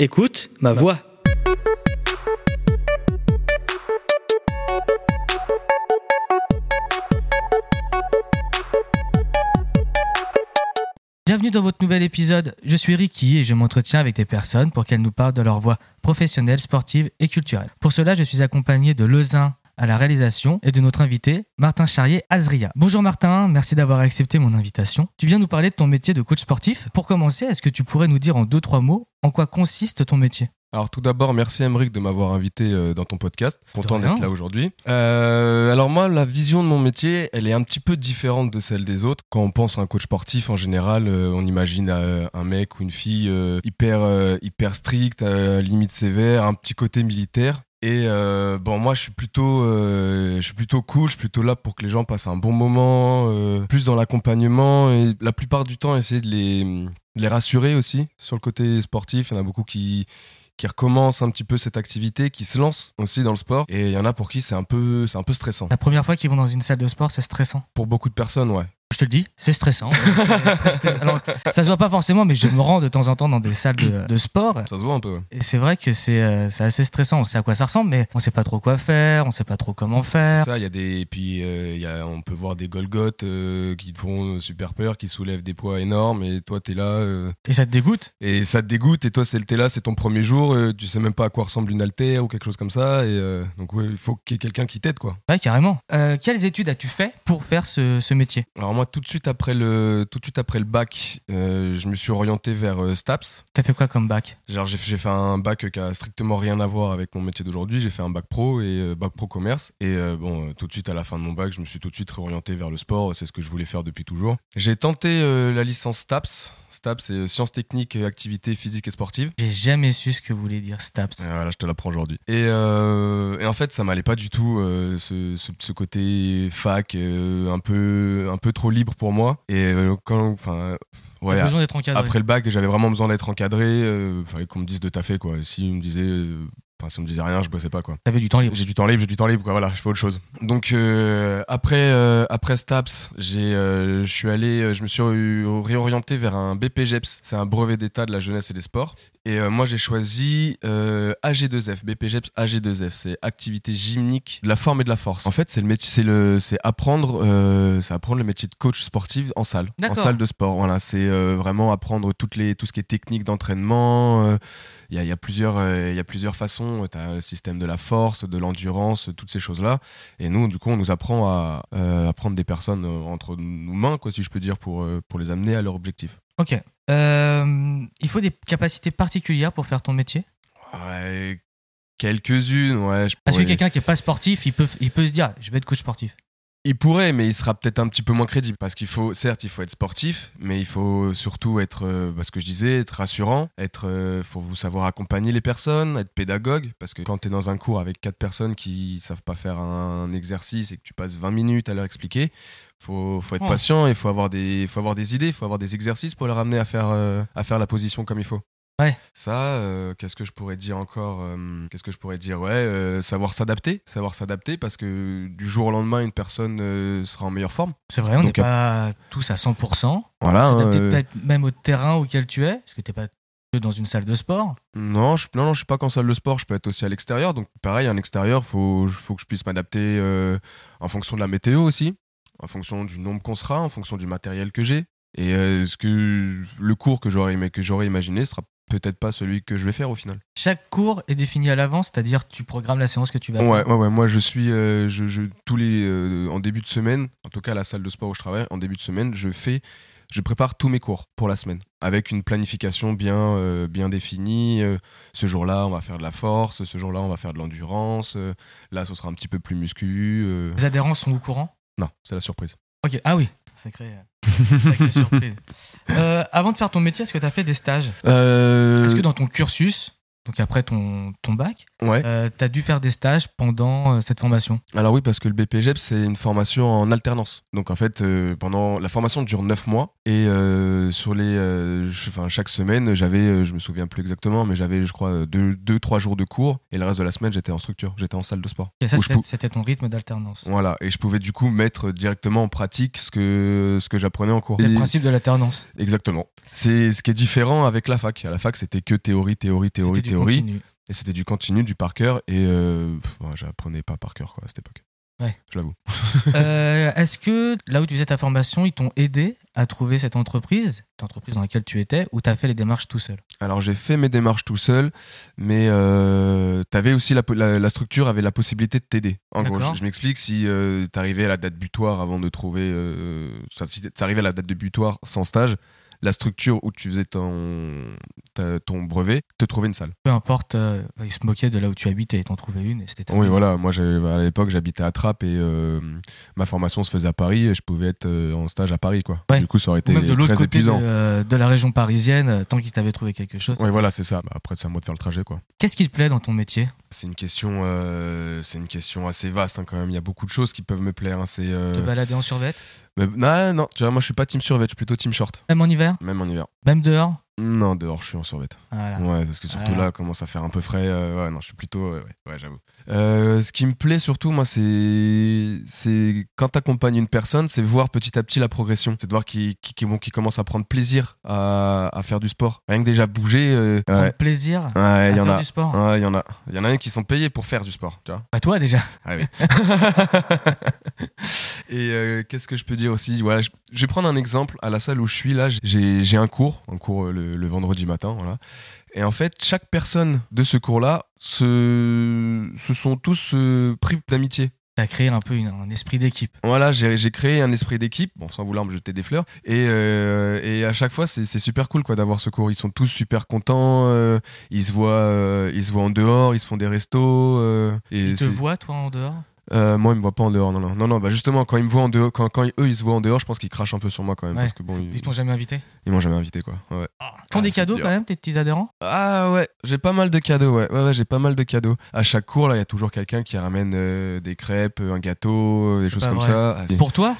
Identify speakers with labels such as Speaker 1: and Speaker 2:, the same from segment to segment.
Speaker 1: Écoute ma voix. Bienvenue dans votre nouvel épisode. Je suis Ricky et je m'entretiens avec des personnes pour qu'elles nous parlent de leur voie professionnelle, sportive et culturelle. Pour cela, je suis accompagné de Lezin à la réalisation et de notre invité, Martin Charrier Azria. Bonjour Martin, merci d'avoir accepté mon invitation. Tu viens nous parler de ton métier de coach sportif. Pour commencer, est-ce que tu pourrais nous dire en deux, trois mots en quoi consiste ton métier
Speaker 2: Alors tout d'abord, merci Emeric de m'avoir invité euh, dans ton podcast. Content
Speaker 1: rien.
Speaker 2: d'être là aujourd'hui. Euh, alors moi, la vision de mon métier, elle est un petit peu différente de celle des autres. Quand on pense à un coach sportif, en général, euh, on imagine euh, un mec ou une fille euh, hyper euh, hyper strict, euh, limite sévère, un petit côté militaire. Et euh, bon, moi, je suis plutôt, euh, je suis plutôt cool, je suis plutôt là pour que les gens passent un bon moment, euh, plus dans l'accompagnement et la plupart du temps essayer de les, de les rassurer aussi sur le côté sportif. Il y en a beaucoup qui qui recommencent un petit peu cette activité, qui se lancent aussi dans le sport. Et il y en a pour qui c'est un peu, c'est un peu stressant.
Speaker 1: La première fois qu'ils vont dans une salle de sport, c'est stressant.
Speaker 2: Pour beaucoup de personnes, ouais.
Speaker 1: Je te le dis, c'est stressant. C'est très stressant. Alors, ça se voit pas forcément, mais je me rends de temps en temps dans des salles de, de sport.
Speaker 2: Ça se voit un peu. ouais.
Speaker 1: Et c'est vrai que c'est euh, c'est assez stressant. On sait à quoi ça ressemble, mais on sait pas trop quoi faire, on sait pas trop comment
Speaker 2: C'est
Speaker 1: faire.
Speaker 2: ça, il y a des. et puis, euh, il y a, on peut voir des Golgotes euh, qui te font super peur, qui soulèvent des poids énormes, et toi, t'es là. euh,
Speaker 1: Et ça te dégoûte
Speaker 2: et ça te dégoûte, et toi, c'est- t'es là, c'est ton premier jour, euh, tu sais même pas à quoi ressemble une haltère ou quelque chose comme ça. Et euh, donc, ouais, il faut qu'il y ait quelqu'un qui t'aide, quoi.
Speaker 1: Ouais, carrément. Euh, quelles études as-tu fait pour faire ce, ce métier
Speaker 2: Alors, moi, tout de suite après le, tout de suite après le bac, euh, je me suis orienté vers euh, STAPS.
Speaker 1: T'as fait quoi comme bac
Speaker 2: Genre j'ai j'ai fait un bac qui a strictement rien à voir avec mon métier d'aujourd'hui. J'ai fait un bac pro et euh, bac pro commerce. Et euh, bon, euh, tout de suite à la fin de mon bac, je me suis tout de suite réorienté vers le sport. C'est ce que je voulais faire depuis toujours. J'ai tenté euh, la licence STAPS. STAPS, c'est euh, sciences techniques, et activités physiques et sportives.
Speaker 1: J'ai jamais su ce que voulait dire STAPS.
Speaker 2: Et Voilà, Ah, je te l'apprends aujourd'hui. Et, euh, et en fait, ça m'allait pas du tout euh, ce, ce- ce côté fac, euh, un peu un peu trop libre pour moi. Et euh, quand, enfin, ouais,
Speaker 1: T'as besoin d'être encadré.
Speaker 2: après le bac, j'avais vraiment besoin d'être encadré. euh, fallait qu'on me dise de taffer, quoi. Si on me disait, euh, enfin, si on me disait rien, je bossais pas, quoi.
Speaker 1: T'avais du temps libre.
Speaker 2: J'ai du temps libre, j'ai du temps libre, quoi. Voilà, je fais autre chose. Donc euh, après, euh, après Staps, j'ai, euh, je suis allé, euh, je me suis réorienté vers un BPGEPS. E C'est un brevet d'état de la jeunesse et des sports. Et euh, moi, j'ai choisi euh, AG2F, BPGEPS AG2F. C'est activité gymnique de la forme et de la force. En fait, c'est le métier, c'est le, c'est apprendre, euh, c'est apprendre le métier de coach sportif en salle, en
Speaker 1: D'accord.
Speaker 2: salle de sport. Voilà, c'est euh, vraiment apprendre toutes les, tout ce qui est technique d'entraînement. euh, il y, a- il y a plusieurs, euh, il y a plusieurs façons. Tu as le système de la force, de l'endurance, toutes ces choses-là. Et nous, du coup, on nous apprend à, euh, à prendre des personnes euh, entre nos mains, quoi, si je peux dire, pour, euh, pour les amener à leur objectif.
Speaker 1: Ok. Euh, il faut des capacités particulières pour faire ton métier.
Speaker 2: Ouais, quelques-unes, ouais. Je
Speaker 1: Parce
Speaker 2: pourrais-
Speaker 1: que quelqu'un qui est pas sportif, il peut, il peut se dire, je vais être coach sportif.
Speaker 2: Il pourrait, mais il sera peut-être un petit peu moins crédible. Parce qu'il faut, certes, il faut être sportif, mais il faut surtout être, euh, bah, ce que je disais, être rassurant, être, euh, faut vous savoir accompagner les personnes, être pédagogue. Parce que quand tu es dans un cours avec quatre personnes qui savent pas faire un exercice et que tu passes 20 minutes à leur expliquer, faut, faut être
Speaker 1: Ouais.
Speaker 2: patient et faut avoir des, faut avoir des idées, faut avoir des exercices pour leur amener à faire, euh, à faire la position comme il faut.
Speaker 1: Ouais.
Speaker 2: Ça, euh, qu'est-ce que je pourrais dire encore euh, Qu'est-ce que je pourrais dire Ouais, euh, savoir s'adapter, savoir s'adapter parce que du jour au lendemain, une personne euh, sera en meilleure forme.
Speaker 1: C'est vrai, on n'est
Speaker 2: Donc,
Speaker 1: pas tous à 100%.
Speaker 2: Voilà.
Speaker 1: C'est adapté
Speaker 2: euh,
Speaker 1: peut-être même au terrain auquel tu es, parce que t'es pas que dans une salle de sport.
Speaker 2: non, je, non, non, je suis pas qu'en salle de sport, je peux être aussi à l'extérieur. Donc pareil, en extérieur, faut, faut que je puisse m'adapter euh, en fonction de la météo aussi, en fonction du nombre qu'on sera, en fonction du matériel que j'ai. Et euh, ce que le cours que j'aurais aimé- que j'aurais imaginé sera peut-être pas celui que je vais faire au final.
Speaker 1: Chaque cours est défini à l'avance, c'est-à-dire tu programmes la séance que tu vas faire.
Speaker 2: Ouais, ouais, ouais, moi je suis, euh, je, je- tous les, euh, en début de semaine, en tout cas à la salle de sport où je travaille, en début de semaine, je fais, je prépare tous mes cours pour la semaine, avec une planification bien, euh, bien définie. euh, ce jour-là, on va faire de la force, ce jour-là, on va faire de l'endurance, euh, là, ce sera un petit peu plus muscu. euh.
Speaker 1: Les adhérents sont au courant.
Speaker 2: Non, c'est la surprise.
Speaker 1: Ok, ah oui, sacré, Euh, sacrée surprise. Euh, avant de faire ton métier, est-ce que tu as fait des stages
Speaker 2: Euh,
Speaker 1: Est-ce que dans ton cursus, donc après ton, ton bac,
Speaker 2: Ouais.
Speaker 1: euh, tu as dû faire des stages pendant euh, cette formation.
Speaker 2: Alors oui, parce que le BPGEP, E c'est une formation en alternance. Donc en fait, euh, pendant la formation dure 9 mois et euh, sur les, euh, ch- enfin chaque semaine, j'avais, euh, je me souviens plus exactement, mais j'avais, je crois, 2 deux, 3 jours de cours et le reste de la semaine, j'étais en structure, j'étais en salle de sport.
Speaker 1: Et ça,
Speaker 2: Où je
Speaker 1: c'était
Speaker 2: pou-
Speaker 1: c'était ton rythme d'alternance.
Speaker 2: Voilà, et je pouvais du coup mettre directement en pratique ce que ce que j'apprenais en cours.
Speaker 1: C'est le
Speaker 2: Et-
Speaker 1: principe de l'alternance.
Speaker 2: Exactement. C'est ce qui est différent avec la fac. À la fac, c'était que théorie, théorie, théorie,
Speaker 1: C'était du
Speaker 2: théorie,
Speaker 1: continu.
Speaker 2: et c'était du continu, du par cœur, et euh, pff, ouais, j'apprenais pas par cœur quoi à cette époque.
Speaker 1: Ouais.
Speaker 2: Je l'avoue.
Speaker 1: Euh, Est-ce que là où tu faisais ta formation, ils t'ont aidé à trouver cette entreprise, l'entreprise dans laquelle tu étais, ou tu as fait les démarches tout seul
Speaker 2: Alors j'ai fait mes démarches tout seul, mais euh, t'avais aussi la, po- la- la structure avait la possibilité de t'aider. En gros,
Speaker 1: D'accord.
Speaker 2: je, je m'explique si euh, t'arrivais à la date butoir avant de trouver, euh, ça- si t'arrivais à la date de butoir sans stage, la structure où tu faisais ton ta- ton brevet te trouvait une salle.
Speaker 1: Peu importe, euh, ils se moquaient de là où tu habitais, ils t'ont trouvé une et c'était ta
Speaker 2: Oui,
Speaker 1: vie.
Speaker 2: voilà. Moi, j'ai- à l'époque, j'habitais à Trappes et euh, ma formation se faisait à Paris et je pouvais être euh, en stage à Paris, quoi.
Speaker 1: Ouais.
Speaker 2: Du coup, ça
Speaker 1: Ou
Speaker 2: aurait été
Speaker 1: même de l'autre
Speaker 2: très
Speaker 1: côté de,
Speaker 2: épuisant.
Speaker 1: euh, de la région parisienne, euh, tant qu'ils t'avaient trouvé quelque chose.
Speaker 2: Oui, voilà, c'est ça. Bah, après, c'est à moi de faire le trajet, quoi.
Speaker 1: Qu'est-ce qui te plaît dans ton métier
Speaker 2: C'est une question, euh, c'est une question assez vaste hein, quand même. Il y a beaucoup de choses qui peuvent me plaire. hein. C'est euh,
Speaker 1: Te balader en survette
Speaker 2: mais- non, non. Tu vois, moi, je suis pas team survêt, je suis plutôt team short,
Speaker 1: Même en hiver
Speaker 2: même en hiver.
Speaker 1: Même dehors
Speaker 2: Non, dehors, je suis en survêt.
Speaker 1: Voilà.
Speaker 2: Ouais, parce que surtout
Speaker 1: Voilà.
Speaker 2: là, commence à faire un peu frais. euh, ouais, non, je suis plutôt. euh, ouais, ouais, j'avoue. Euh, ce qui me plaît surtout, moi, c'est. c'est Quand t'accompagnes une personne, c'est voir petit à petit la progression. C'est de voir qui, qui, qui- bon, qui commence à prendre plaisir à, à faire du sport. Rien que déjà bouger. euh,
Speaker 1: Prendre
Speaker 2: ouais,
Speaker 1: plaisir
Speaker 2: ouais,
Speaker 1: à
Speaker 2: il y en
Speaker 1: faire
Speaker 2: a.
Speaker 1: du sport.
Speaker 2: Ouais, il y en a. Il y en a même qui sont payés pour faire du sport, tu vois.
Speaker 1: Bah toi déjà.
Speaker 2: Ah oui. Et euh, qu'est-ce que je peux dire aussi voilà, je, je vais prendre un exemple. À la salle où je suis, là, j'ai j'ai un cours, un cours euh, le, le vendredi matin. Voilà. Et en fait, chaque personne de ce cours-là se, se sont tous euh, pris d'amitié.
Speaker 1: T'as créé un peu une- un esprit d'équipe.
Speaker 2: Voilà, j'ai j'ai créé un esprit d'équipe, bon, sans vouloir me jeter des fleurs. Et, euh, et à chaque fois, c'est c'est super cool quoi d'avoir ce cours. Ils sont tous super contents. euh, ils, se voient, euh, ils se voient en dehors, ils se font des restos. euh, et
Speaker 1: Ils te
Speaker 2: c'est-
Speaker 1: voient toi en dehors
Speaker 2: euh, moi, ils me voient pas en dehors, non, non, non, non. Bah justement, quand ils me voient en dehors, quand, quand eux ils se voient en dehors, je pense qu'ils crachent un peu sur moi quand même,
Speaker 1: Ouais.
Speaker 2: parce que bon,
Speaker 1: Ils
Speaker 2: ils,
Speaker 1: t'ont jamais invité
Speaker 2: ils m'ont jamais invité, quoi. Ouais.
Speaker 1: Ils font
Speaker 2: Ah,
Speaker 1: des
Speaker 2: c'est
Speaker 1: cadeaux
Speaker 2: dur.
Speaker 1: quand même, tes petits adhérents
Speaker 2: Ah ouais, j'ai pas mal de cadeaux, ouais, ouais, ouais, j'ai pas mal de cadeaux. À chaque cours, là, il y a toujours quelqu'un qui ramène euh, des crêpes, un gâteau, euh, des
Speaker 1: C'est
Speaker 2: choses
Speaker 1: pas
Speaker 2: comme
Speaker 1: vrai.
Speaker 2: ça. Ah, c'est-
Speaker 1: Pour toi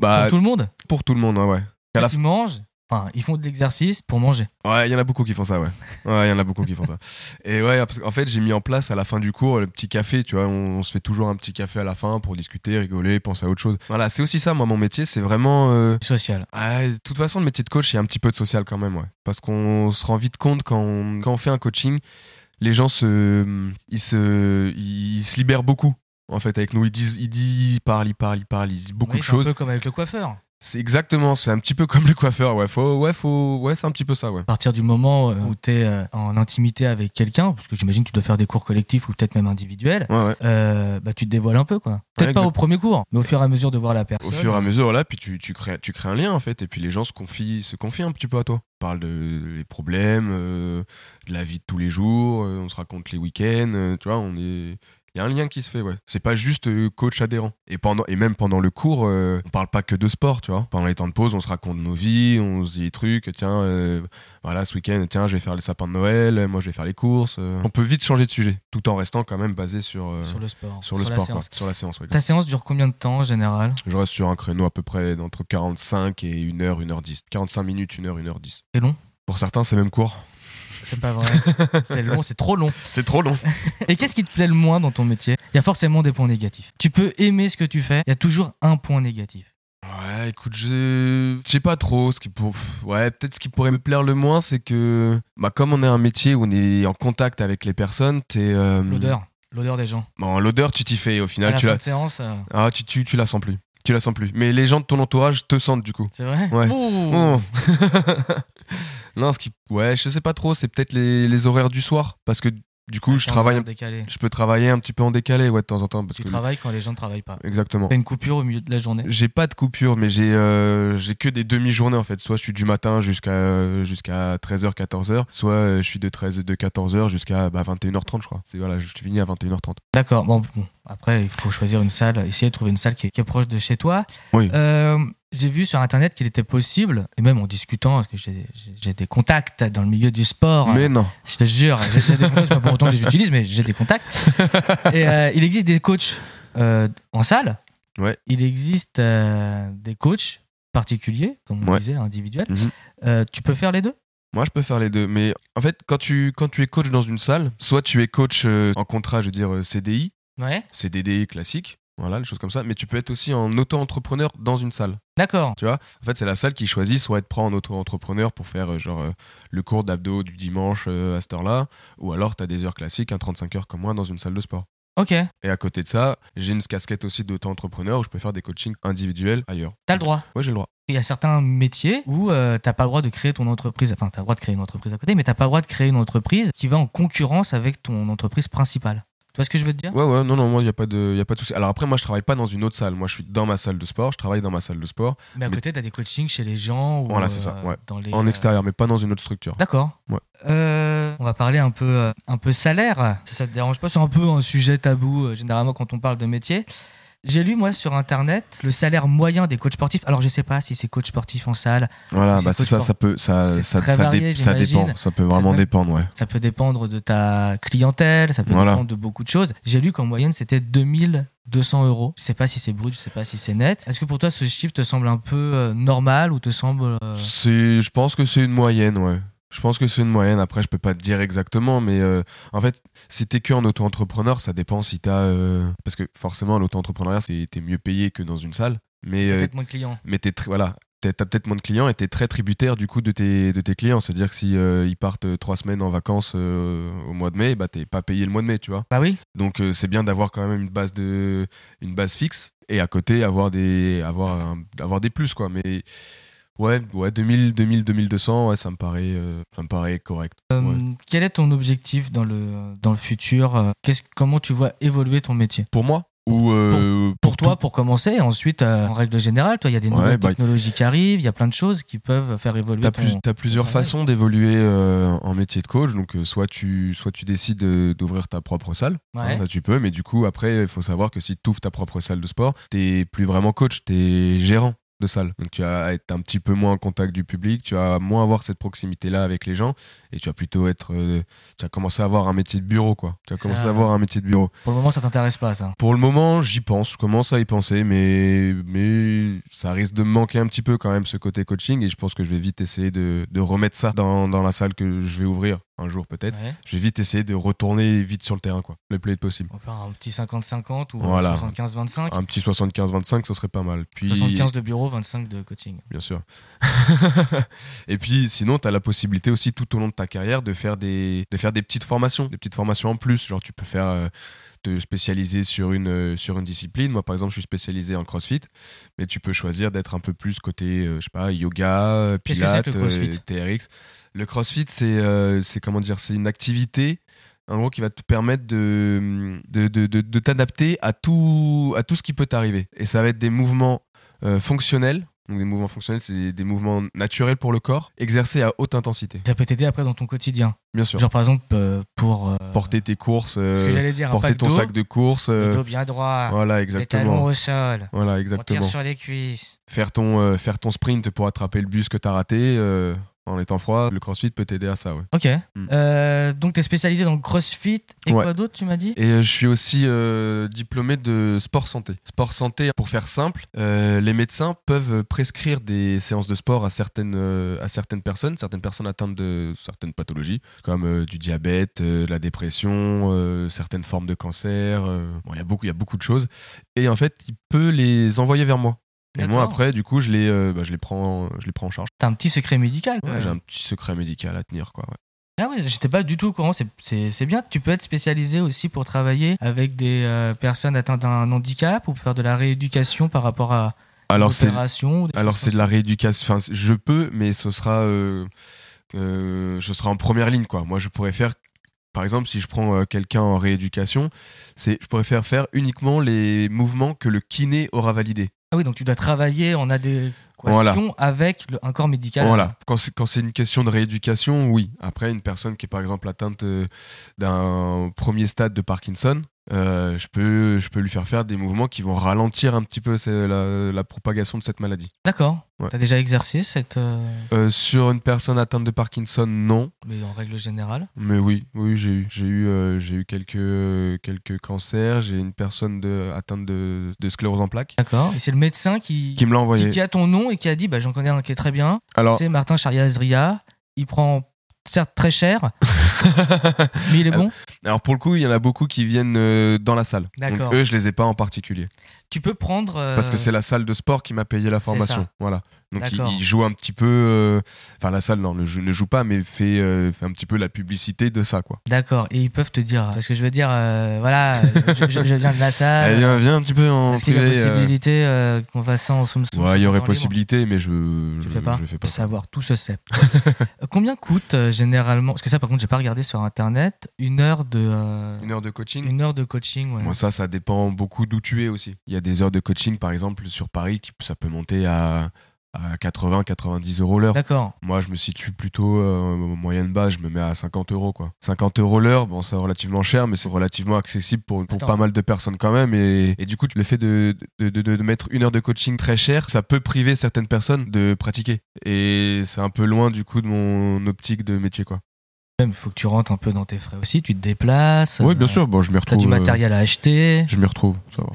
Speaker 2: bah,
Speaker 1: Pour tout le monde
Speaker 2: pour tout le monde, ouais, ouais. Et à la
Speaker 1: Ils mangent, enfin, ils font de l'exercice pour manger.
Speaker 2: Ouais, il y en a beaucoup qui font ça, ouais. Ouais, il y en a beaucoup qui font ça. Et ouais, parce qu'en fait, j'ai mis en place à la fin du cours le petit café, tu vois. On, on se fait toujours un petit café à la fin pour discuter, rigoler, penser à autre chose. Voilà, c'est aussi ça, moi, mon métier, c'est vraiment. euh,
Speaker 1: Social.
Speaker 2: Ah, de toute façon, le métier de coach, il y a un petit peu de social quand même, ouais. Parce qu'on se rend vite compte quand on, quand on fait un coaching, les gens se, mm, ils se, ils se libèrent beaucoup. En fait, avec nous, ils disent, ils, disent, ils parlent, ils parlent, ils parlent, ils disent beaucoup
Speaker 1: Oui,
Speaker 2: de
Speaker 1: c'est Un
Speaker 2: choses.
Speaker 1: peu comme avec le coiffeur. À
Speaker 2: C'est exactement, c'est un petit peu comme le coiffeur, ouais. Faut, ouais, faut, ouais, c'est un petit peu ça, ouais.
Speaker 1: partir du moment euh, où tu es en intimité avec quelqu'un, parce que j'imagine que tu dois faire des cours collectifs ou peut-être même individuels,
Speaker 2: Ouais, ouais.
Speaker 1: euh, bah, tu te dévoiles un peu, quoi. Peut-être
Speaker 2: Ouais,
Speaker 1: pas
Speaker 2: exact-
Speaker 1: au premier cours, mais au fur et à mesure de voir la
Speaker 2: Au
Speaker 1: personne.
Speaker 2: fur et à mesure, là, puis tu, tu, crées, tu crées un lien, en fait, et puis les gens se confient, se confient un petit peu à toi. On parle de les problèmes, euh, de la vie de tous les jours, euh, on se raconte les week-ends, euh, tu vois, on est... Il y a un lien qui se fait, ouais. C'est pas juste euh, coach adhérent. Et, pendant, et même pendant le cours, euh, on parle pas que de sport, tu vois. Pendant les temps de pause, on se raconte nos vies, on se dit des trucs, tiens, euh, voilà, ce week-end, tiens, je vais faire les sapins de Noël, euh, moi je vais faire les courses. euh. On peut vite changer de sujet, tout en restant quand même basé sur, euh,
Speaker 1: Sur le sport.
Speaker 2: sur le
Speaker 1: la
Speaker 2: sport, quoi.
Speaker 1: séance.
Speaker 2: Sur la séance, ouais.
Speaker 1: Ta séance dure combien de temps en général
Speaker 2: Je reste sur un créneau à peu près entre 45 et 1h, 1h10. 45 minutes, 1h, 1h10.
Speaker 1: C'est long
Speaker 2: Pour certains, c'est même court.
Speaker 1: C'est pas vrai. c'est long, c'est trop long.
Speaker 2: C'est trop long.
Speaker 1: Et qu'est-ce qui te plaît le moins dans ton métier Il y a forcément des points négatifs. Tu peux aimer ce que tu fais, il y a toujours un point négatif.
Speaker 2: Ouais, écoute, je je sais pas trop ce qui pour ouais, peut-être ce qui pourrait me plaire le moins, c'est que bah comme on est un métier où on est en contact avec les personnes, t'es euh,
Speaker 1: L'odeur. L'odeur des gens.
Speaker 2: Bon, l'odeur, tu t'y fais au
Speaker 1: À
Speaker 2: final,
Speaker 1: la
Speaker 2: tu
Speaker 1: fin
Speaker 2: la
Speaker 1: de séance, euh,
Speaker 2: ah, tu, tu tu la sens plus. Tu la sens plus. Mais les gens de ton entourage te sentent du coup.
Speaker 1: c'est vrai
Speaker 2: Ouais.
Speaker 1: Ouh.
Speaker 2: Oh. non, ce qui ouais, je sais pas trop, c'est peut-être les, les horaires du soir parce que du coup, je
Speaker 1: Attends,
Speaker 2: travaille un
Speaker 1: décalé.
Speaker 2: Je peux travailler un petit peu en décalé, ouais, de temps en temps. Parce
Speaker 1: Tu
Speaker 2: que...
Speaker 1: travailles quand les gens ne travaillent pas.
Speaker 2: Exactement.
Speaker 1: T'as une coupure au milieu de la journée.
Speaker 2: J'ai pas de coupure, mais j'ai euh, j'ai que des demi-journées en fait. Soit je suis du matin jusqu'à euh, jusqu'à 13h, 14h, soit euh, je suis de 13 de 14h jusqu'à bah, 21h30, je crois. C'est voilà, je finis à 21h30.
Speaker 1: D'accord. Bon, bon. après, il faut choisir une salle, essayer de trouver une salle qui est, qui est proche de chez toi.
Speaker 2: Oui.
Speaker 1: Euh, J'ai vu sur internet qu'il était possible, et même en discutant, parce que j'ai j'ai des contacts dans le milieu du sport.
Speaker 2: Mais non.
Speaker 1: Je te jure, j'ai j'ai des contacts, c'est pas pour autant que je les utilise, mais j'ai des contacts. Et euh, il existe des coachs euh, en salle.
Speaker 2: Ouais.
Speaker 1: Il existe euh, des coachs particuliers, comme on
Speaker 2: Ouais.
Speaker 1: disait, individuels.
Speaker 2: Mhm.
Speaker 1: Euh, tu peux faire les deux
Speaker 2: Moi, je peux faire les deux. Mais en fait, quand tu, quand tu es coach dans une salle, soit tu es coach euh, en contrat, je veux dire euh, CDI,
Speaker 1: Ouais.
Speaker 2: CDD classique, voilà, les choses comme ça. Mais tu peux être aussi en auto-entrepreneur dans une salle.
Speaker 1: D'accord.
Speaker 2: Tu vois En fait, c'est la salle qui choisit soit être prend en auto-entrepreneur pour faire euh, genre euh, le cours d'abdos du dimanche euh, à cette heure-là, ou alors tu as des heures classiques, un 35 heures comme moi, dans une salle de sport.
Speaker 1: Ok,
Speaker 2: Et à côté de ça, j'ai une casquette aussi d'auto-entrepreneur où je peux faire des coachings individuels ailleurs.
Speaker 1: t'as le droit.
Speaker 2: Ouais, j'ai le droit.
Speaker 1: Il y a certains métiers où euh, t'as pas le droit de créer ton entreprise. Enfin, t'as le droit de créer une entreprise à côté, mais t'as pas le droit de créer une entreprise qui va en concurrence avec ton entreprise principale. Tu vois ce que je veux te dire
Speaker 2: Ouais, ouais, non, non, moi, il n'y a, pas de- y a pas de souci. Alors après, moi, je travaille pas dans une autre salle. Moi, je suis dans ma salle de sport, je travaille dans ma salle de sport,
Speaker 1: Mais à
Speaker 2: Mais-
Speaker 1: côté, t'as des coachings chez les gens ou
Speaker 2: Voilà, c'est ça, ouais.
Speaker 1: dans les
Speaker 2: en
Speaker 1: euh,
Speaker 2: extérieur, mais pas dans une autre structure.
Speaker 1: D'accord.
Speaker 2: Ouais.
Speaker 1: Euh, on va parler un peu, euh, un peu salaire. Ça, ça te dérange pas C'est un peu un sujet tabou euh, généralement quand on parle de métier. J'ai lu moi sur internet le salaire moyen des coachs sportifs. Alors je sais pas si c'est coach sportif en salle,
Speaker 2: Voilà,
Speaker 1: C'est
Speaker 2: bah, c'est
Speaker 1: coach
Speaker 2: ça,
Speaker 1: sport.
Speaker 2: ça peut, ça,
Speaker 1: C'est
Speaker 2: ça,
Speaker 1: très
Speaker 2: ça, dé-
Speaker 1: varié,
Speaker 2: ça
Speaker 1: j'imagine.
Speaker 2: dépend. Ça peut
Speaker 1: C'est
Speaker 2: vraiment
Speaker 1: même-
Speaker 2: dépendre, ouais.
Speaker 1: ça peut dépendre de ta clientèle, ça peut
Speaker 2: Voilà.
Speaker 1: dépendre de beaucoup de choses. J'ai lu qu'en moyenne c'était 2200 euros. Je sais pas si c'est brut, je sais pas si c'est net. Est-ce que pour toi ce chiffre te semble un peu euh, normal ou te semble euh,
Speaker 2: C'est, je pense que c'est une moyenne, ouais. Je pense que c'est une moyenne. Après, je peux pas te dire exactement, mais euh, en fait, si t'es que en auto-entrepreneur, ça dépend si t'as, euh, parce que forcément, l'auto-entrepreneuriat, c'est t'es mieux payé que dans une salle, mais euh,
Speaker 1: peut-être moins client
Speaker 2: mais t'es tr- voilà t'es- t'as peut-être moins de clients et t'es très tributaire du coup de tes, de tes clients c'est à dire que si euh, ils partent euh, trois semaines en vacances euh, au mois de mai bah t'es pas payé le mois de mai tu vois
Speaker 1: Bah oui.
Speaker 2: donc euh, c'est bien d'avoir quand même une base de une base fixe et à côté avoir des avoir un- avoir des plus quoi mais ouais ouais 2000 2000 2200 ouais ça me paraît euh, ça me paraît correct
Speaker 1: Euh,
Speaker 2: Ouais.
Speaker 1: Quel est ton objectif dans le, dans le futur euh, qu'est-ce- Comment tu vois évoluer ton métier
Speaker 2: pour moi ou euh,
Speaker 1: Pour
Speaker 2: tout-
Speaker 1: toi, pour commencer, et ensuite, euh, en règle générale, toi, il y a des
Speaker 2: Ouais,
Speaker 1: nouvelles
Speaker 2: bah,
Speaker 1: technologies qui arrivent, il y a plein de choses qui peuvent faire évoluer
Speaker 2: T'as
Speaker 1: ton...
Speaker 2: plus- t'as plusieurs
Speaker 1: travail.
Speaker 2: façons d'évoluer euh, en métier de coach. Donc, euh, soit tu, soit tu décides euh, d'ouvrir ta propre salle. Hein,
Speaker 1: Ouais.
Speaker 2: ça, tu peux. Mais du coup, après, il faut savoir que si tu ouvres ta propre salle de sport, t'es plus vraiment coach, t'es gérant de salle. Donc, tu vas être un petit peu moins en contact du public, tu vas moins avoir cette proximité-là avec les gens et tu vas plutôt être. euh, tu vas commencer à avoir un métier de bureau, quoi. Tu vas
Speaker 1: Ça-
Speaker 2: commencer à avoir un métier de bureau.
Speaker 1: Pour le moment, ça t'intéresse pas, ça.
Speaker 2: Pour le moment, j'y pense, je commence à y penser, mais, mais ça risque de me manquer un petit peu quand même ce côté coaching et je pense que je vais vite essayer de, de remettre ça dans, dans la salle que je vais ouvrir un jour peut-être.
Speaker 1: Ouais.
Speaker 2: Je vais vite essayer de retourner vite sur le terrain, quoi, le plus vite possible.
Speaker 1: On va faire un petit 50-50 ou
Speaker 2: Voilà. Ah,
Speaker 1: un 75-25.
Speaker 2: Un petit 75-25, ce serait pas mal. Puis,
Speaker 1: 75 de bureau, 25 de coaching.
Speaker 2: bien sûr. et puis sinon, tu as la possibilité aussi tout au long de ta carrière de faire des, de faire des petites formations, des petites formations en plus. Genre tu peux faire euh, te spécialiser sur une, euh, sur une discipline. Moi par exemple, je suis spécialisé en crossfit, mais tu peux choisir d'être un peu plus côté, euh, je sais pas, yoga,
Speaker 1: Qu'est-ce que c'est
Speaker 2: pilates,
Speaker 1: que le crossfit
Speaker 2: euh, TRX. Le crossfit, c'est euh, c'est comment dire, c'est une activité. En gros, qui va te permettre de, de, de, de- de t'adapter à tout, à tout ce qui peut t'arriver. Et ça va être des mouvements euh, fonctionnels. Donc des mouvements fonctionnels, c'est des mouvements naturels pour le corps, exercés à haute intensité.
Speaker 1: Ça peut t'aider après dans ton quotidien.
Speaker 2: Bien sûr.
Speaker 1: Genre, par exemple, euh, pour... euh,
Speaker 2: porter tes courses, euh,
Speaker 1: ce que j'allais dire, un
Speaker 2: porter
Speaker 1: pack
Speaker 2: ton
Speaker 1: d'eau,
Speaker 2: sac de courses.
Speaker 1: le
Speaker 2: euh,
Speaker 1: dos bien droit,
Speaker 2: voilà,
Speaker 1: les talons
Speaker 2: exactement.
Speaker 1: au sol,
Speaker 2: Voilà,
Speaker 1: on tire
Speaker 2: exactement.
Speaker 1: sur les cuisses.
Speaker 2: Faire ton, euh, faire ton sprint pour attraper le bus que t'as raté euh, en étant froid, le crossfit peut t'aider à ça, ouais.
Speaker 1: Ok.
Speaker 2: Mm.
Speaker 1: Euh, donc, tu es spécialisé dans le crossfit et
Speaker 2: Ouais.
Speaker 1: quoi d'autre, tu m'as dit
Speaker 2: Et euh, je suis aussi euh, diplômé de sport santé. Sport santé, pour faire simple, euh, les médecins peuvent prescrire des séances de sport à certaines, euh, à certaines personnes, certaines personnes atteintes de certaines pathologies, comme euh, du diabète, euh, de la dépression, euh, certaines formes de cancer. euh, bon, Il y, a beaucoup- il y a beaucoup de choses. Et en fait, il peut les envoyer vers moi. Et moi,
Speaker 1: D'accord.
Speaker 2: après, du coup, je les, euh, bah, je les, prends, je les prends en charge.
Speaker 1: T'as un petit secret médical.
Speaker 2: Ouais,
Speaker 1: quoi.
Speaker 2: J'ai un petit secret médical à tenir, quoi. ouais.
Speaker 1: Ah ouais, j'étais pas du tout au courant. C'est- C'est c'est bien. Tu peux être spécialisé aussi pour travailler avec des euh, personnes atteintes d'un handicap ou faire de la rééducation par rapport à
Speaker 2: Alors, c'est
Speaker 1: l'opération. ou des
Speaker 2: Alors
Speaker 1: choses
Speaker 2: c'est de
Speaker 1: comme
Speaker 2: la rééducation. Enfin, je peux, mais ce sera, euh, euh, ce sera en première ligne, quoi. Moi, je pourrais faire, par exemple, si je prends euh, quelqu'un en rééducation, c'est, je pourrais faire faire uniquement les mouvements que le kiné aura validés.
Speaker 1: ça. Ah oui, donc tu dois travailler en adéquation
Speaker 2: Voilà.
Speaker 1: avec le- un corps médical.
Speaker 2: Voilà. Quand c'est, quand c'est une question de rééducation, oui. Après, une personne qui est par exemple atteinte euh, d'un premier stade de Parkinson. euh, je, peux, je peux lui faire faire des mouvements qui vont ralentir un petit peu ce- la, la propagation de cette maladie.
Speaker 1: D'accord.
Speaker 2: Ouais.
Speaker 1: T'as déjà exercé cette. euh,
Speaker 2: Euh, sur une personne atteinte de Parkinson, non.
Speaker 1: Mais en règle générale.
Speaker 2: Mais oui, oui, j'ai eu, j'ai eu, euh, j'ai eu quelques, euh, quelques cancers. J'ai une personne de, atteinte de, de sclérose en plaques
Speaker 1: D'accord. Et c'est le médecin qui,
Speaker 2: qui me l'a envoyé.
Speaker 1: qui, qui a ton nom et qui a dit bah, j'en connais un qui est très bien.
Speaker 2: Alors,
Speaker 1: C'est Martin Charia-Azria. Il prend certes très cher, mais il
Speaker 2: Ah
Speaker 1: est bon.
Speaker 2: alors pour le coup, il y en a beaucoup qui viennent euh, dans la salle.
Speaker 1: D'accord.
Speaker 2: Donc eux, je les ai pas en particulier
Speaker 1: Tu peux prendre. euh,
Speaker 2: parce que c'est la salle de sport qui m'a payé la formation.
Speaker 1: ça.
Speaker 2: Voilà. Donc ils,
Speaker 1: D'accord.
Speaker 2: ils jouent un petit peu. euh, Enfin, la salle non, ne joue, ne joue pas, mais fait, euh, fait un petit peu la publicité de ça, quoi.
Speaker 1: D'accord. Et ils peuvent te dire. Parce que je veux dire, euh, voilà, je, je- je viens de la salle.
Speaker 2: Allez, viens, viens un petit peu en
Speaker 1: Ah, Est-ce qu'il y a
Speaker 2: privé, euh.
Speaker 1: possibilité euh, qu'on fasse ça en soum soum
Speaker 2: Ouais,
Speaker 1: sur
Speaker 2: il y
Speaker 1: ton
Speaker 2: aurait
Speaker 1: temps libre
Speaker 2: possibilité, mais je
Speaker 1: Tu
Speaker 2: je-
Speaker 1: fais pas
Speaker 2: je fais pas.
Speaker 1: Savoir, tout se sait. Euh, Combien coûte euh, généralement Parce que ça, par contre, j'ai pas regardé sur internet. Une heure de euh,
Speaker 2: Une heure de coaching.
Speaker 1: une heure de coaching. Ouais.
Speaker 2: Moi, ça, ça dépend beaucoup d'où tu es aussi. Il y a des heures de coaching, par exemple, sur Paris, qui, ça peut monter à, à 80, 90 euros l'heure.
Speaker 1: D'accord.
Speaker 2: Moi, je me situe plutôt euh, moyenne bas, je me mets à 50 euros, quoi. 50 euros l'heure, bon, c'est relativement cher, mais c'est relativement accessible pour, pour
Speaker 1: Attends.
Speaker 2: pas mal de personnes quand même. Et, et du coup, le fait de, de, de- de mettre une heure de coaching très cher, ça peut priver certaines personnes de pratiquer. Et c'est un peu loin, du coup, de mon optique de métier, quoi.
Speaker 1: Même, il faut que tu rentres un peu dans tes frais aussi. Tu te déplaces.
Speaker 2: Oui,
Speaker 1: euh,
Speaker 2: bien sûr, bon, je m'y
Speaker 1: T'as
Speaker 2: retrouve.
Speaker 1: du
Speaker 2: euh,
Speaker 1: matériel à acheter.
Speaker 2: je m'y retrouve, ça va.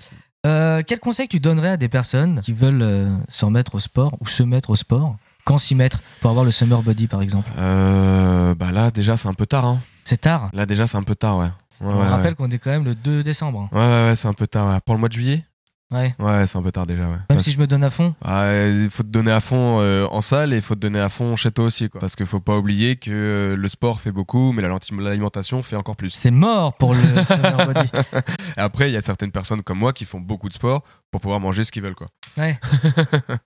Speaker 1: Euh, quel conseil tu donnerais à des personnes qui veulent euh, s'en mettre au sport ou se mettre au sport Quand s'y mettre pour avoir le summer body, par exemple
Speaker 2: Euh, bah là, déjà, c'est un peu tard, hein.
Speaker 1: C'est tard.
Speaker 2: Là déjà c'est un peu tard ouais. Ouais,
Speaker 1: On
Speaker 2: ouais,
Speaker 1: rappelle qu'on est quand même le 2 décembre. hein.
Speaker 2: ouais. Ouais, ouais, ouais, c'est un peu tard. ouais. Pour le mois de juillet
Speaker 1: Ouais.
Speaker 2: Ouais, c'est un peu tard déjà. Ouais.
Speaker 1: Même
Speaker 2: Parce-
Speaker 1: si je me donne à fond.
Speaker 2: Ah, il faut te donner à fond euh, en salle et il faut te donner à fond chez toi aussi. Quoi. Parce qu'il faut pas oublier que euh, le sport fait beaucoup, mais la lenti- l'alimentation fait encore plus.
Speaker 1: C'est mort pour le summer body.
Speaker 2: Et après, il y a certaines personnes comme moi qui font beaucoup de sport pour pouvoir manger ce qu'ils veulent. Quoi.
Speaker 1: Ouais.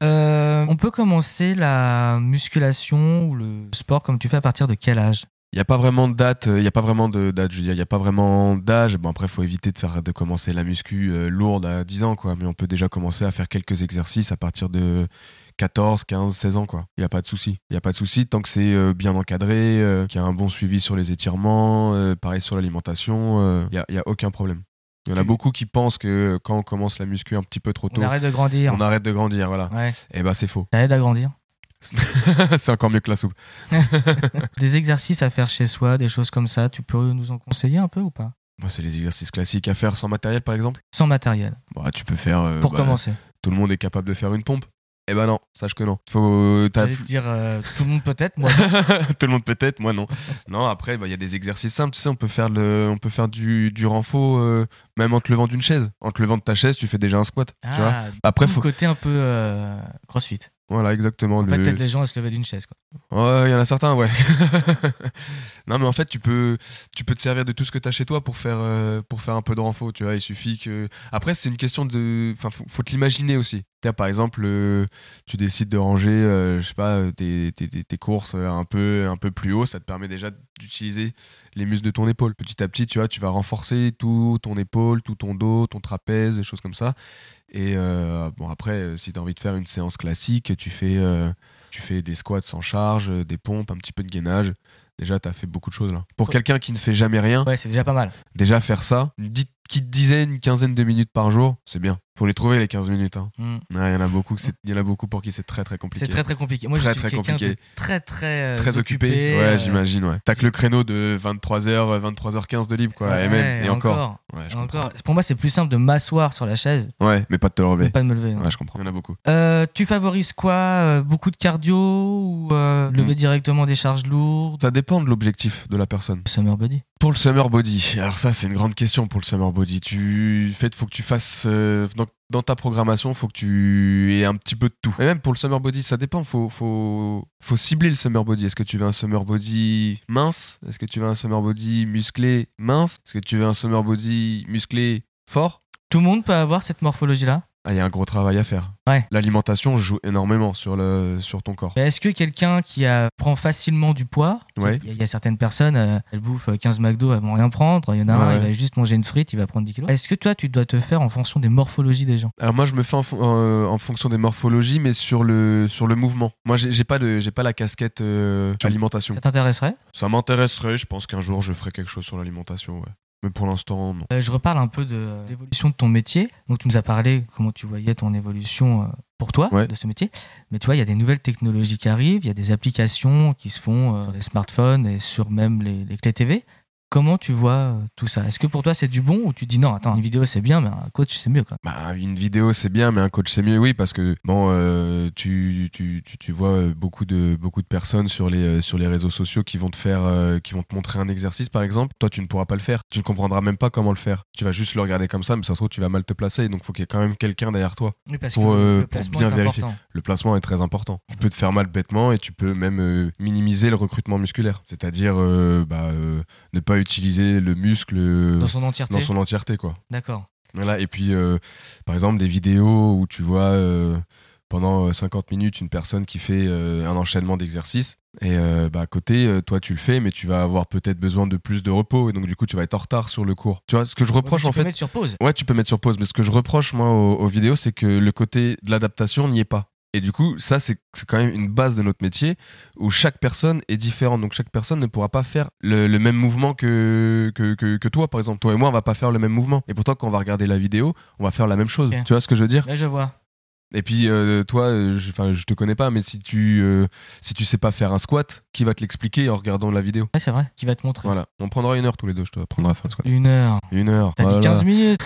Speaker 1: Euh, on peut commencer la musculation ou le sport comme tu fais à partir de quel âge
Speaker 2: Il n'y a pas vraiment de date, euh, il n'y a pas vraiment de date, je veux dire, il n'y a pas vraiment d'âge. Bon, après, il faut éviter de, faire, de commencer la muscu euh, lourde à 10 ans, quoi. Mais on peut déjà commencer à faire quelques exercices à partir de 14, 15, 16 ans, quoi. Il n'y a pas de souci. Il n'y a pas de souci tant que c'est euh, bien encadré, euh, qu'il y a un bon suivi sur les étirements, euh, pareil sur l'alimentation, euh, il n'y a, il y a aucun problème. Il y en a
Speaker 1: Tu-
Speaker 2: beaucoup qui pensent que euh, quand on commence la muscu un petit peu trop
Speaker 1: On
Speaker 2: tôt,
Speaker 1: arrête de grandir.
Speaker 2: on arrête de grandir, voilà.
Speaker 1: Ouais,
Speaker 2: Et ben, c'est faux.
Speaker 1: ça aide à grandir.
Speaker 2: c'est encore mieux que la soupe.
Speaker 1: Des exercices à faire chez soi, des choses comme ça, tu peux nous en conseiller un peu ou pas
Speaker 2: Moi, c'est les exercices classiques à faire sans matériel, par exemple.
Speaker 1: Sans matériel,
Speaker 2: Bah, tu peux faire. euh,
Speaker 1: pour
Speaker 2: bah,
Speaker 1: commencer.
Speaker 2: tout le monde est capable de faire une pompe. Eh ben non, sache que non. Faut, t'as
Speaker 1: J'allais te
Speaker 2: plus-
Speaker 1: dire euh, tout le monde peut-être, moi.
Speaker 2: tout le monde peut-être, moi non. Non, après, bah, il y a des exercices simples. Tu sais, on peut faire, le, on peut faire du, du renfort, euh, même en te levant d'une chaise. En te levant de ta chaise, tu fais déjà un squat. Tu vois
Speaker 1: Ah,
Speaker 2: après,
Speaker 1: tout le
Speaker 2: faut...
Speaker 1: côté un peu euh, crossfit.
Speaker 2: Voilà, exactement.
Speaker 1: En
Speaker 2: le-
Speaker 1: fait, peut-être les gens à se lever d'une chaise. Quoi.
Speaker 2: Ouais, il y en a certains, ouais. non, mais en fait, tu peux, tu peux te servir de tout ce que t'as chez toi pour faire, euh, pour faire un peu de renfort, tu vois. Il suffit que. Après, c'est une question de. Enfin, faut, faut te l'imaginer aussi. T'as, par exemple, euh, tu décides de ranger, euh, je sais pas, euh, tes, tes, tes- tes courses euh, un peu, un peu plus haut, ça te permet déjà d'utiliser les muscles de ton épaule. Petit à petit, tu vois, tu vas renforcer tout ton épaule, tout ton dos, ton trapèze, des choses comme ça. Et euh, bon, après, euh, si t'as envie de faire une séance classique, tu fais. euh, tu fais des squats sans charge, euh, des pompes, un petit peu de gainage. Déjà, t'as fait beaucoup de choses là. Pour
Speaker 1: Ouais.
Speaker 2: quelqu'un qui ne fait jamais rien,
Speaker 1: Ouais, c'est déjà pas mal.
Speaker 2: déjà faire ça, une dite- petite dizaine, une quinzaine de minutes par jour, c'est bien. Faut les trouver les 15 minutes. hein.
Speaker 1: Mm.
Speaker 2: Ouais, Il y en a beaucoup, que c'est- il y en a beaucoup pour qui c'est très très compliqué.
Speaker 1: C'est très très compliqué. Moi,
Speaker 2: Très,
Speaker 1: je
Speaker 2: très
Speaker 1: suis quelqu'un de
Speaker 2: compliqué.
Speaker 1: très très euh,
Speaker 2: Très occupé. Ouais,
Speaker 1: euh,
Speaker 2: j'imagine. Ouais. T'as que le créneau de 23h, euh, 23h15 de libre quoi. et même,
Speaker 1: ouais,
Speaker 2: et encore.
Speaker 1: encore.
Speaker 2: Ouais, je
Speaker 1: Et encore. Pour moi, c'est plus simple de m'asseoir sur la chaise
Speaker 2: comprends. Ouais, mais pas de te le
Speaker 1: que
Speaker 2: relever.
Speaker 1: pas de me lever.
Speaker 2: Ouais, je comprends. Il y en a beaucoup.
Speaker 1: Euh, tu favorises quoi euh, Beaucoup de cardio ou euh, lever
Speaker 2: Mm.
Speaker 1: directement des charges lourdes
Speaker 2: Ça dépend de l'objectif de la personne.
Speaker 1: Summer body.
Speaker 2: Pour le summer body, alors ça c'est une grande question pour le summer body. Tu fait faut que tu fasses euh, dans, dans ta programmation, faut que tu aies un petit peu de tout. Et même pour le summer body, ça dépend. Faut faut faut cibler le summer body. Est-ce que tu veux un summer body mince Est-ce que tu veux un summer body musclé mince Est-ce que tu veux un summer body musclé fort
Speaker 1: Tout le monde peut avoir cette morphologie-là
Speaker 2: Ah, il y a un gros travail à faire.
Speaker 1: Ouais.
Speaker 2: L'alimentation joue énormément sur le sur ton corps.
Speaker 1: Mais Est-ce que quelqu'un qui a- prend facilement du poids, il
Speaker 2: Ouais.
Speaker 1: y, a- il y a certaines personnes, euh, elles bouffent euh, 15 McDo, elles vont rien prendre, il y en a un,
Speaker 2: Ouais,
Speaker 1: il
Speaker 2: ouais.
Speaker 1: va juste manger une frite, il va prendre 10 kilos. Est-ce que toi, tu dois te faire en fonction des morphologies des gens
Speaker 2: Alors moi je me fais en, fon- euh, en fonction des morphologies, mais sur le sur le mouvement. Moi j'ai j'ai pas de j'ai pas la casquette euh, alimentation.
Speaker 1: Ça t'intéresserait
Speaker 2: Ça m'intéresserait, je pense qu'un jour je ferai quelque chose sur l'alimentation, ouais.
Speaker 3: Mais pour l'instant, non.
Speaker 1: Euh, je reparle un peu de euh, l'évolution de ton métier. Donc, tu nous as parlé comment tu voyais ton évolution euh, pour toi
Speaker 3: Ouais.
Speaker 1: de ce métier. Mais tu vois, il y a des nouvelles technologies qui arrivent, il y a des applications qui se font euh, sur les smartphones et sur même les, les clés TV. Comment tu vois euh, tout ça Est-ce que pour toi c'est du bon ou tu dis non, attends, une vidéo c'est bien, mais un coach c'est mieux quoi
Speaker 2: Bah, une vidéo c'est bien, mais un coach c'est mieux, oui, parce que bon, euh, tu, tu, tu, tu vois euh, beaucoup de, beaucoup de personnes sur les, euh, sur les réseaux sociaux qui vont te faire, euh, qui vont te montrer un exercice par exemple. Toi, tu ne pourras pas le faire. Tu ne comprendras même pas comment le faire. Tu vas juste le regarder comme ça, mais ça se trouve, tu vas mal te placer. Donc, faut qu'il y ait quand même quelqu'un derrière toi.
Speaker 1: Oui, parce
Speaker 2: Pour,
Speaker 1: que
Speaker 2: euh,
Speaker 1: le
Speaker 2: pour
Speaker 1: placement
Speaker 2: bien
Speaker 1: est
Speaker 2: vérifier.
Speaker 1: important.
Speaker 2: Le placement est très important. Tu peux te faire mal bêtement et tu peux même euh, minimiser le recrutement musculaire. C'est-à-dire, euh, bah, euh, ne pas utiliser le muscle euh,
Speaker 1: Dans son entièreté.
Speaker 2: dans son entièreté, quoi.
Speaker 1: D'accord.
Speaker 2: Voilà, et puis, euh, par exemple, des vidéos où tu vois euh, pendant euh, 50 minutes une personne qui fait euh, un enchaînement d'exercices. Et euh, bah, à côté, euh, toi, tu le fais, mais tu vas avoir peut-être besoin de plus de repos. Et donc, du coup, tu vas être en retard sur le cours. Tu vois, ce que je reproche
Speaker 1: Tu
Speaker 2: en
Speaker 1: peux
Speaker 2: fait.
Speaker 1: mettre sur pause.
Speaker 2: Ouais, tu peux mettre sur pause, mais ce que je reproche, moi, aux, aux vidéos, c'est que le côté de l'adaptation n'y est pas. Et du coup, ça, c'est c'est quand même une base de notre métier où chaque personne est différente. Donc, chaque personne ne pourra pas faire le, le même mouvement que, que, que, que toi, par exemple. Toi et moi, on va pas faire le même mouvement. Et pourtant, quand on va regarder la vidéo, on va faire la même chose.
Speaker 1: Ok.
Speaker 2: Tu vois ce que je veux dire
Speaker 1: Là, je vois.
Speaker 2: Et puis, euh, toi, euh, je, enfin, je te connais pas, mais si tu, euh, si tu sais pas faire un squat, qui va te l'expliquer en regardant la vidéo
Speaker 1: Ouais, c'est vrai. Qui va te montrer
Speaker 2: Voilà. On prendra une heure tous les deux, je te prendrai à faire un squat.
Speaker 1: Une heure.
Speaker 2: Une heure.
Speaker 1: T'as
Speaker 2: voilà.
Speaker 1: dit 15 minutes.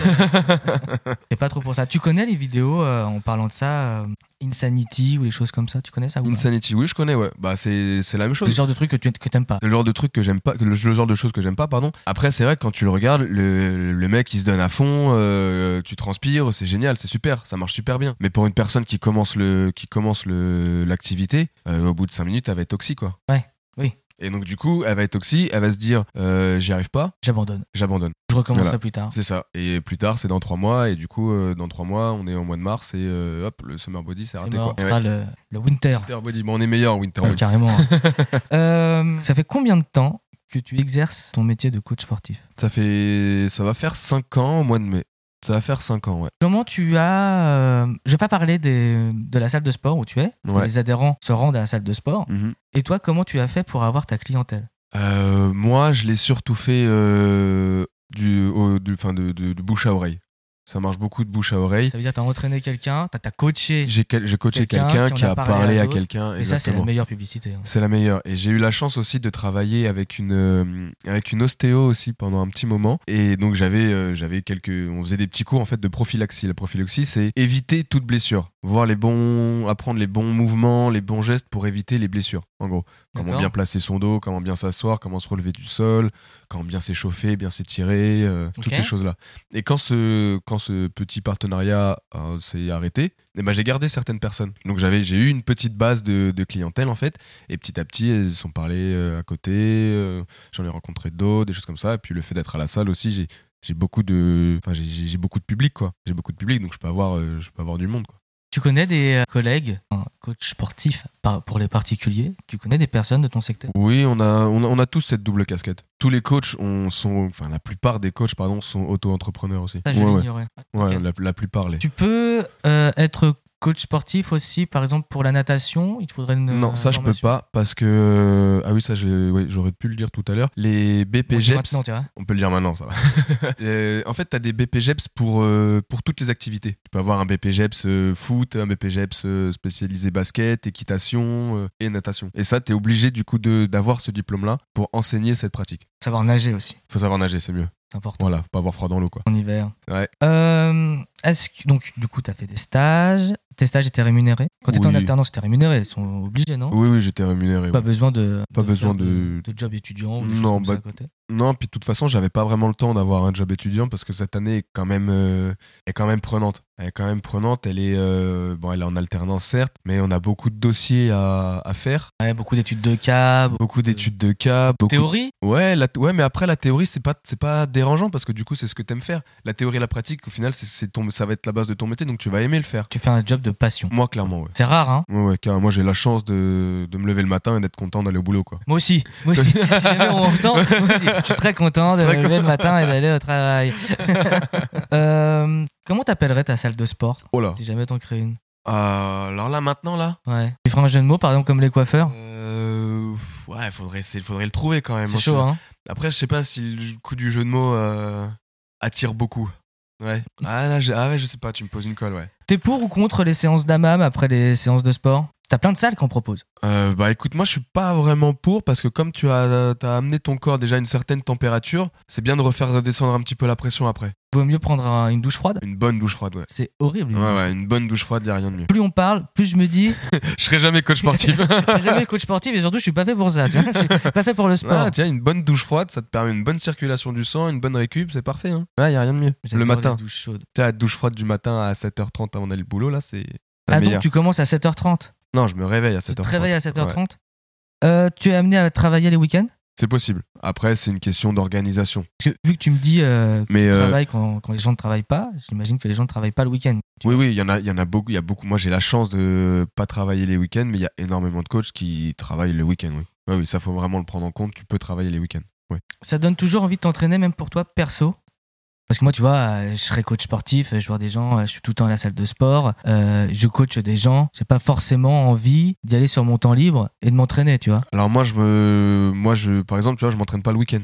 Speaker 1: C'est pas trop pour ça. Tu connais les vidéos euh, en parlant de ça, euh, Insanity ou les choses comme ça. Tu connais ça ou pas
Speaker 2: Insanity, oui, je connais, ouais. Bah, c'est c'est la même chose.
Speaker 1: Le genre de truc que tu que t'aimes pas.
Speaker 2: C'est le genre de truc que j'aime pas, que le, le genre de choses que j'aime pas, pardon. Après, c'est vrai que quand tu le regardes, le, le mec il se donne à fond, euh, tu transpires, c'est génial, c'est super, ça marche super bien. Mais pour une personne qui commence le, qui commence le l'activité, euh, au bout de 5 minutes, elle va être toxique, quoi.
Speaker 1: Ouais, oui.
Speaker 2: Et donc du coup, elle va être toxique, elle va se dire, euh, j'y arrive pas,
Speaker 1: J'abandonne.
Speaker 2: j'abandonne.
Speaker 1: Je recommencerai
Speaker 2: Voilà.
Speaker 1: plus tard.
Speaker 2: C'est ça. Et plus tard, c'est dans 3 mois, et du coup, euh, dans 3 mois, on est en mois de mars, et euh, hop, le summer body, c'est
Speaker 1: C'est
Speaker 2: raté,
Speaker 1: mort.
Speaker 2: quoi.
Speaker 1: Ce
Speaker 2: Ouais.
Speaker 1: sera le, le winter.
Speaker 2: Winter body, bon, on est meilleur, Winter
Speaker 1: Ouais,
Speaker 2: body.
Speaker 1: carrément. Euh, ça fait combien de temps que tu exerces ton métier de coach sportif
Speaker 2: Ça fait. Ça va faire 5 ans au mois de mai. Ça va faire 5 ans, ouais.
Speaker 1: Comment tu as. euh, je vais pas parler des- de la salle de sport où tu es. parce que
Speaker 2: Ouais.
Speaker 1: Les adhérents se rendent à la salle de sport. Et toi, comment tu as fait pour avoir ta clientèle
Speaker 2: Euh, moi, je l'ai surtout fait euh, du, au- du- enfin, de, de- de bouche à oreille. Ça marche beaucoup de bouche à oreille.
Speaker 1: Ça veut dire que tu as entraîné quelqu'un, tu as, coaché.
Speaker 2: J'ai quel- j'ai coaché
Speaker 1: Quelqu'un
Speaker 2: quelqu'un
Speaker 1: qui en
Speaker 2: qui
Speaker 1: a
Speaker 2: a
Speaker 1: parlé à
Speaker 2: parlé à
Speaker 1: d'autres.
Speaker 2: quelqu'un.
Speaker 1: Et ça, c'est la
Speaker 2: exactement.
Speaker 1: meilleure publicité. hein.
Speaker 2: C'est la meilleure. Et j'ai eu la chance aussi de travailler avec une euh, avec une ostéo aussi pendant un petit moment. Et donc j'avais euh, j'avais quelques on faisait des petits cours en fait de prophylaxie. La prophylaxie c'est éviter toute blessure, voir les bons apprendre les bons mouvements, les bons gestes pour éviter les blessures. En gros, comment
Speaker 1: D'accord.
Speaker 2: bien placer son dos, comment bien s'asseoir, comment se relever du sol, comment bien s'échauffer, bien s'étirer, euh, toutes
Speaker 1: Ok.
Speaker 2: ces choses là. Et quand ce quand ce petit partenariat euh, s'est arrêté, eh ben j'ai gardé certaines personnes. Donc j'avais j'ai eu une petite base de, de clientèle en fait. Et petit à petit, elles se sont parlé euh, à côté. euh, J'en ai rencontré d'autres, des choses comme ça. Et puis le fait d'être à la salle aussi, j'ai j'ai beaucoup de enfin j'ai- j'ai j'ai beaucoup de public quoi j'ai beaucoup de public donc je peux avoir euh, je peux avoir du monde quoi
Speaker 1: Tu connais des euh, collègues, un coach sportif par- pour les particuliers, tu connais des personnes de ton secteur
Speaker 2: oui on a on a, on a tous cette double casquette tous les coachs on sont enfin la plupart des coachs pardon sont auto-entrepreneurs aussi
Speaker 1: Ça, je
Speaker 2: ouais, ouais.
Speaker 1: l'ignorais.
Speaker 2: Ouais,
Speaker 1: Ah, Ok.
Speaker 2: la, la plupart les
Speaker 1: Tu peux euh, être coach sportif aussi, par exemple, pour la natation Il te faudrait une.
Speaker 2: non,
Speaker 1: euh,
Speaker 2: ça je peux
Speaker 1: formation.
Speaker 2: pas parce que euh, ah oui ça je- ouais, j'aurais pu le dire tout à l'heure. Les
Speaker 1: On le dit
Speaker 2: BPGEPS,
Speaker 1: maintenant, tu vois.
Speaker 2: E On peut le dire maintenant, ça va. Euh, en fait, tu as des BPGEPS pour, euh, pour toutes les activités. Tu peux avoir un BPGEPS euh, foot, un BPGEPS euh, spécialisé basket, équitation euh, et natation. Et ça, tu es obligé du coup de- d'avoir ce diplôme-là pour enseigner cette pratique.
Speaker 1: Savoir nager aussi,
Speaker 2: Faut savoir nager, c'est mieux.
Speaker 1: c'est important.
Speaker 2: Voilà, faut pas avoir froid dans l'eau quoi.
Speaker 1: En hiver.
Speaker 2: Ouais.
Speaker 1: Euh, est-ce que, donc, du coup, tu as fait des stages. Tes stages étaient rémunérés. Quand tu étais
Speaker 2: Oui.
Speaker 1: en alternance, c'était rémunéré. Ils sont obligés, non
Speaker 2: Oui, oui, j'étais rémunéré.
Speaker 1: Pas
Speaker 2: ouais.
Speaker 1: besoin de.
Speaker 2: Pas
Speaker 1: de
Speaker 2: besoin
Speaker 1: faire
Speaker 2: de-
Speaker 1: de job étudiant ou des
Speaker 2: Non,
Speaker 1: choses comme ça
Speaker 2: bah,
Speaker 1: à côté.
Speaker 2: Non, puis de toute façon, j'avais pas vraiment le temps d'avoir un job étudiant parce que cette année est quand même, euh, est quand même prenante. Elle est quand même prenante. Elle est, euh, bon, elle est en alternance certes, mais on a beaucoup de dossiers à, à faire.
Speaker 1: Ouais, beaucoup d'études de cas, beaucoup
Speaker 2: Beaucoup d'études de cas, beaucoup
Speaker 1: Euh, théorie.
Speaker 2: Ouais, la- ouais, mais après la théorie, c'est pas c'est pas dérangeant parce que du coup, c'est ce que t'aimes faire. La théorie et la pratique, au final, c'est- c'est ton ça va être la base de ton métier, donc tu vas aimer le faire.
Speaker 1: Tu fais un job de passion.
Speaker 2: Moi, clairement, ouais.
Speaker 1: C'est rare, hein
Speaker 2: Ouais, ouais, car moi j'ai la chance de, de me lever le matin et d'être content d'aller au boulot, quoi.
Speaker 1: Moi aussi, moi aussi. si jamais on entend, moi aussi. je suis très content de me
Speaker 2: C'est vrai que-
Speaker 1: lever le matin et d'aller au travail. Euh, comment t'appellerais ta salle de sport
Speaker 2: Oh là.
Speaker 1: si jamais t'en crées une
Speaker 2: Euh, alors là, maintenant, là.
Speaker 1: Ouais. Tu ferais un jeu de mots, par exemple, comme les coiffeurs
Speaker 2: Euh, pff, ouais, faudrait, c'est- faudrait le trouver quand même.
Speaker 1: C'est
Speaker 2: hein,
Speaker 1: chaud,
Speaker 2: tu vois.
Speaker 1: hein
Speaker 2: Après, je sais pas si le coup du jeu de mots euh, attire beaucoup. Ouais. Ah, là, j'ai- ah ouais, je sais pas, tu me poses une colle, ouais.
Speaker 1: T'es pour ou contre les séances d'AMAM après les séances de sport T'as plein de salles qu'on propose.
Speaker 2: Euh, bah écoute, moi je suis pas vraiment pour parce que comme tu as, t'as amené ton corps déjà à une certaine température, c'est bien de refaire descendre un petit peu la pression après.
Speaker 1: Vaut mieux prendre un- une douche froide.
Speaker 2: Une bonne douche froide, ouais.
Speaker 1: C'est horrible. une
Speaker 2: Ouais,
Speaker 1: douche.
Speaker 2: ouais, une bonne douche froide, y a rien de mieux.
Speaker 1: Plus on parle, plus je me dis,
Speaker 2: Je serai jamais coach sportif.
Speaker 1: je suis jamais coach sportif et surtout je suis pas fait pour ça. Tu vois je suis pas fait pour le sport.
Speaker 2: Ah, tiens, une bonne douche froide, ça te permet une bonne circulation du sang, une bonne récup, c'est parfait. Hein. Ouais, y a rien de mieux.
Speaker 1: J'adore
Speaker 2: Le
Speaker 1: les
Speaker 2: matin.
Speaker 1: douches chaudes.
Speaker 2: Tu as la douche froide du matin à 7h30 avant d'aller au boulot, là, c'est la
Speaker 1: Ah donc
Speaker 2: meilleure.
Speaker 1: tu commences à 7h30.
Speaker 2: Non, je me réveille à
Speaker 1: Tu
Speaker 2: 7h30.
Speaker 1: te réveilles à
Speaker 2: Ouais.
Speaker 1: 7h30. Euh, tu es amené à travailler les week-ends
Speaker 2: C'est possible. Après, c'est une question d'organisation.
Speaker 1: Parce que vu que tu me dis euh, que
Speaker 2: Mais,
Speaker 1: tu
Speaker 2: euh,
Speaker 1: travailles quand, quand les gens ne travaillent pas, j'imagine que les gens ne travaillent pas le week-end.
Speaker 2: Oui, oui, il y en a, il y en a beaucoup. Il y a beaucoup. Moi, j'ai la chance de pas travailler les week-ends, mais il y a énormément de coachs qui travaillent le week-end. Oui, Ouais, oui, ça faut vraiment le prendre en compte. Tu peux travailler les week-ends. Ouais.
Speaker 1: Ça donne toujours envie de t'entraîner, même pour toi perso. Parce que moi, tu vois, euh, je serais coach sportif, euh, je vois des gens, euh, je suis tout le temps à la salle de sport, euh, je coach des gens, j'ai pas forcément envie d'y aller sur mon temps libre et de m'entraîner, tu vois.
Speaker 2: Alors moi, je me, moi, je, par exemple, tu vois, je m'entraîne pas le week-end.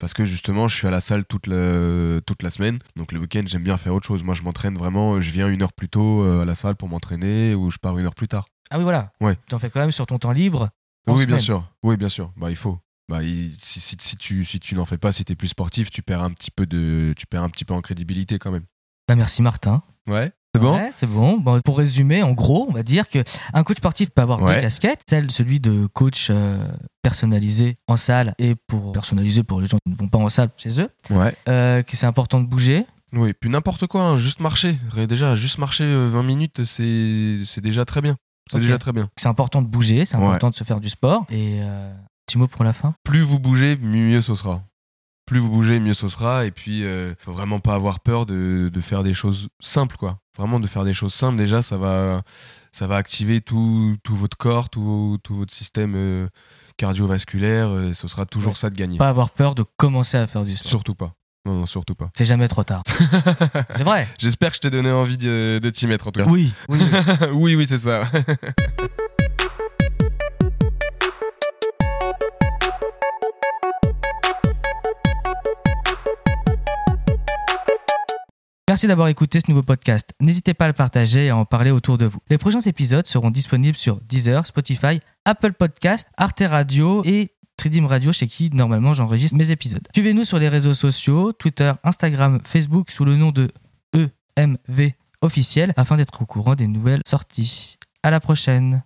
Speaker 2: Parce que justement, je suis à la salle toute la, toute la semaine. Donc le week-end, j'aime bien faire autre chose. Moi, je m'entraîne vraiment. Je viens une heure plus tôt euh, à la salle pour m'entraîner ou je pars une heure plus tard.
Speaker 1: Ah oui, voilà.
Speaker 2: Ouais.
Speaker 1: Tu en fais quand même sur ton temps libre. en
Speaker 2: Oui,
Speaker 1: semaine.
Speaker 2: bien sûr. Oui, bien sûr. Bah, il faut. Bah, il- si, si- si tu, si tu n'en fais pas, si tu es plus sportif, tu perds un petit peu de, tu perds un petit peu en crédibilité quand même.
Speaker 1: Bah merci Martin.
Speaker 2: Ouais. C'est bon.
Speaker 1: Ouais, c'est bon. Bon, Pour résumer, en gros, on va dire que un coach sportif peut avoir deux
Speaker 2: Ouais.
Speaker 1: casquettes, celle celui de coach euh, personnalisé en salle et pour personnalisé pour les gens qui ne vont pas en salle chez eux,
Speaker 2: Ouais.
Speaker 1: euh, que c'est important de bouger.
Speaker 2: Oui, puis n'importe quoi, hein, juste marcher. Ré- Déjà, juste marcher euh, 20 minutes, c'est c'est déjà très bien. C'est
Speaker 1: Ok.
Speaker 2: déjà très bien.
Speaker 1: C'est important de bouger, c'est
Speaker 2: Ouais.
Speaker 1: important de se faire du sport. Et euh, petit mot pour la fin.
Speaker 2: Plus vous bougez, mieux ce sera. Plus vous bougez, mieux ce sera. Et puis, euh, faut vraiment pas avoir peur de, de faire des choses simples, quoi. Vraiment de faire des choses simples. Déjà, ça va, ça va activer tout, tout votre corps, tout, tout votre système euh, cardiovasculaire. euh, ce sera toujours
Speaker 1: Ouais.
Speaker 2: ça de gagner.
Speaker 1: Pas avoir peur de commencer à faire du sport.
Speaker 2: Surtout pas. Non, non, surtout pas.
Speaker 1: C'est jamais trop tard. c'est vrai.
Speaker 2: J'espère que je t'ai donné envie de, de t'y mettre, en tout cas.
Speaker 1: Oui. oui, oui.
Speaker 2: oui, oui, c'est ça.
Speaker 1: Merci d'avoir écouté ce nouveau podcast. N'hésitez pas à le partager et à en parler autour de vous. Les prochains épisodes seront disponibles sur Deezer, Spotify, Apple Podcast, Arte Radio et Tridim Radio chez qui normalement j'enregistre mes épisodes. Suivez-nous sur les réseaux sociaux, Twitter, Instagram, Facebook sous le nom de E EMV officiel afin d'être au courant des nouvelles sorties. À la prochaine.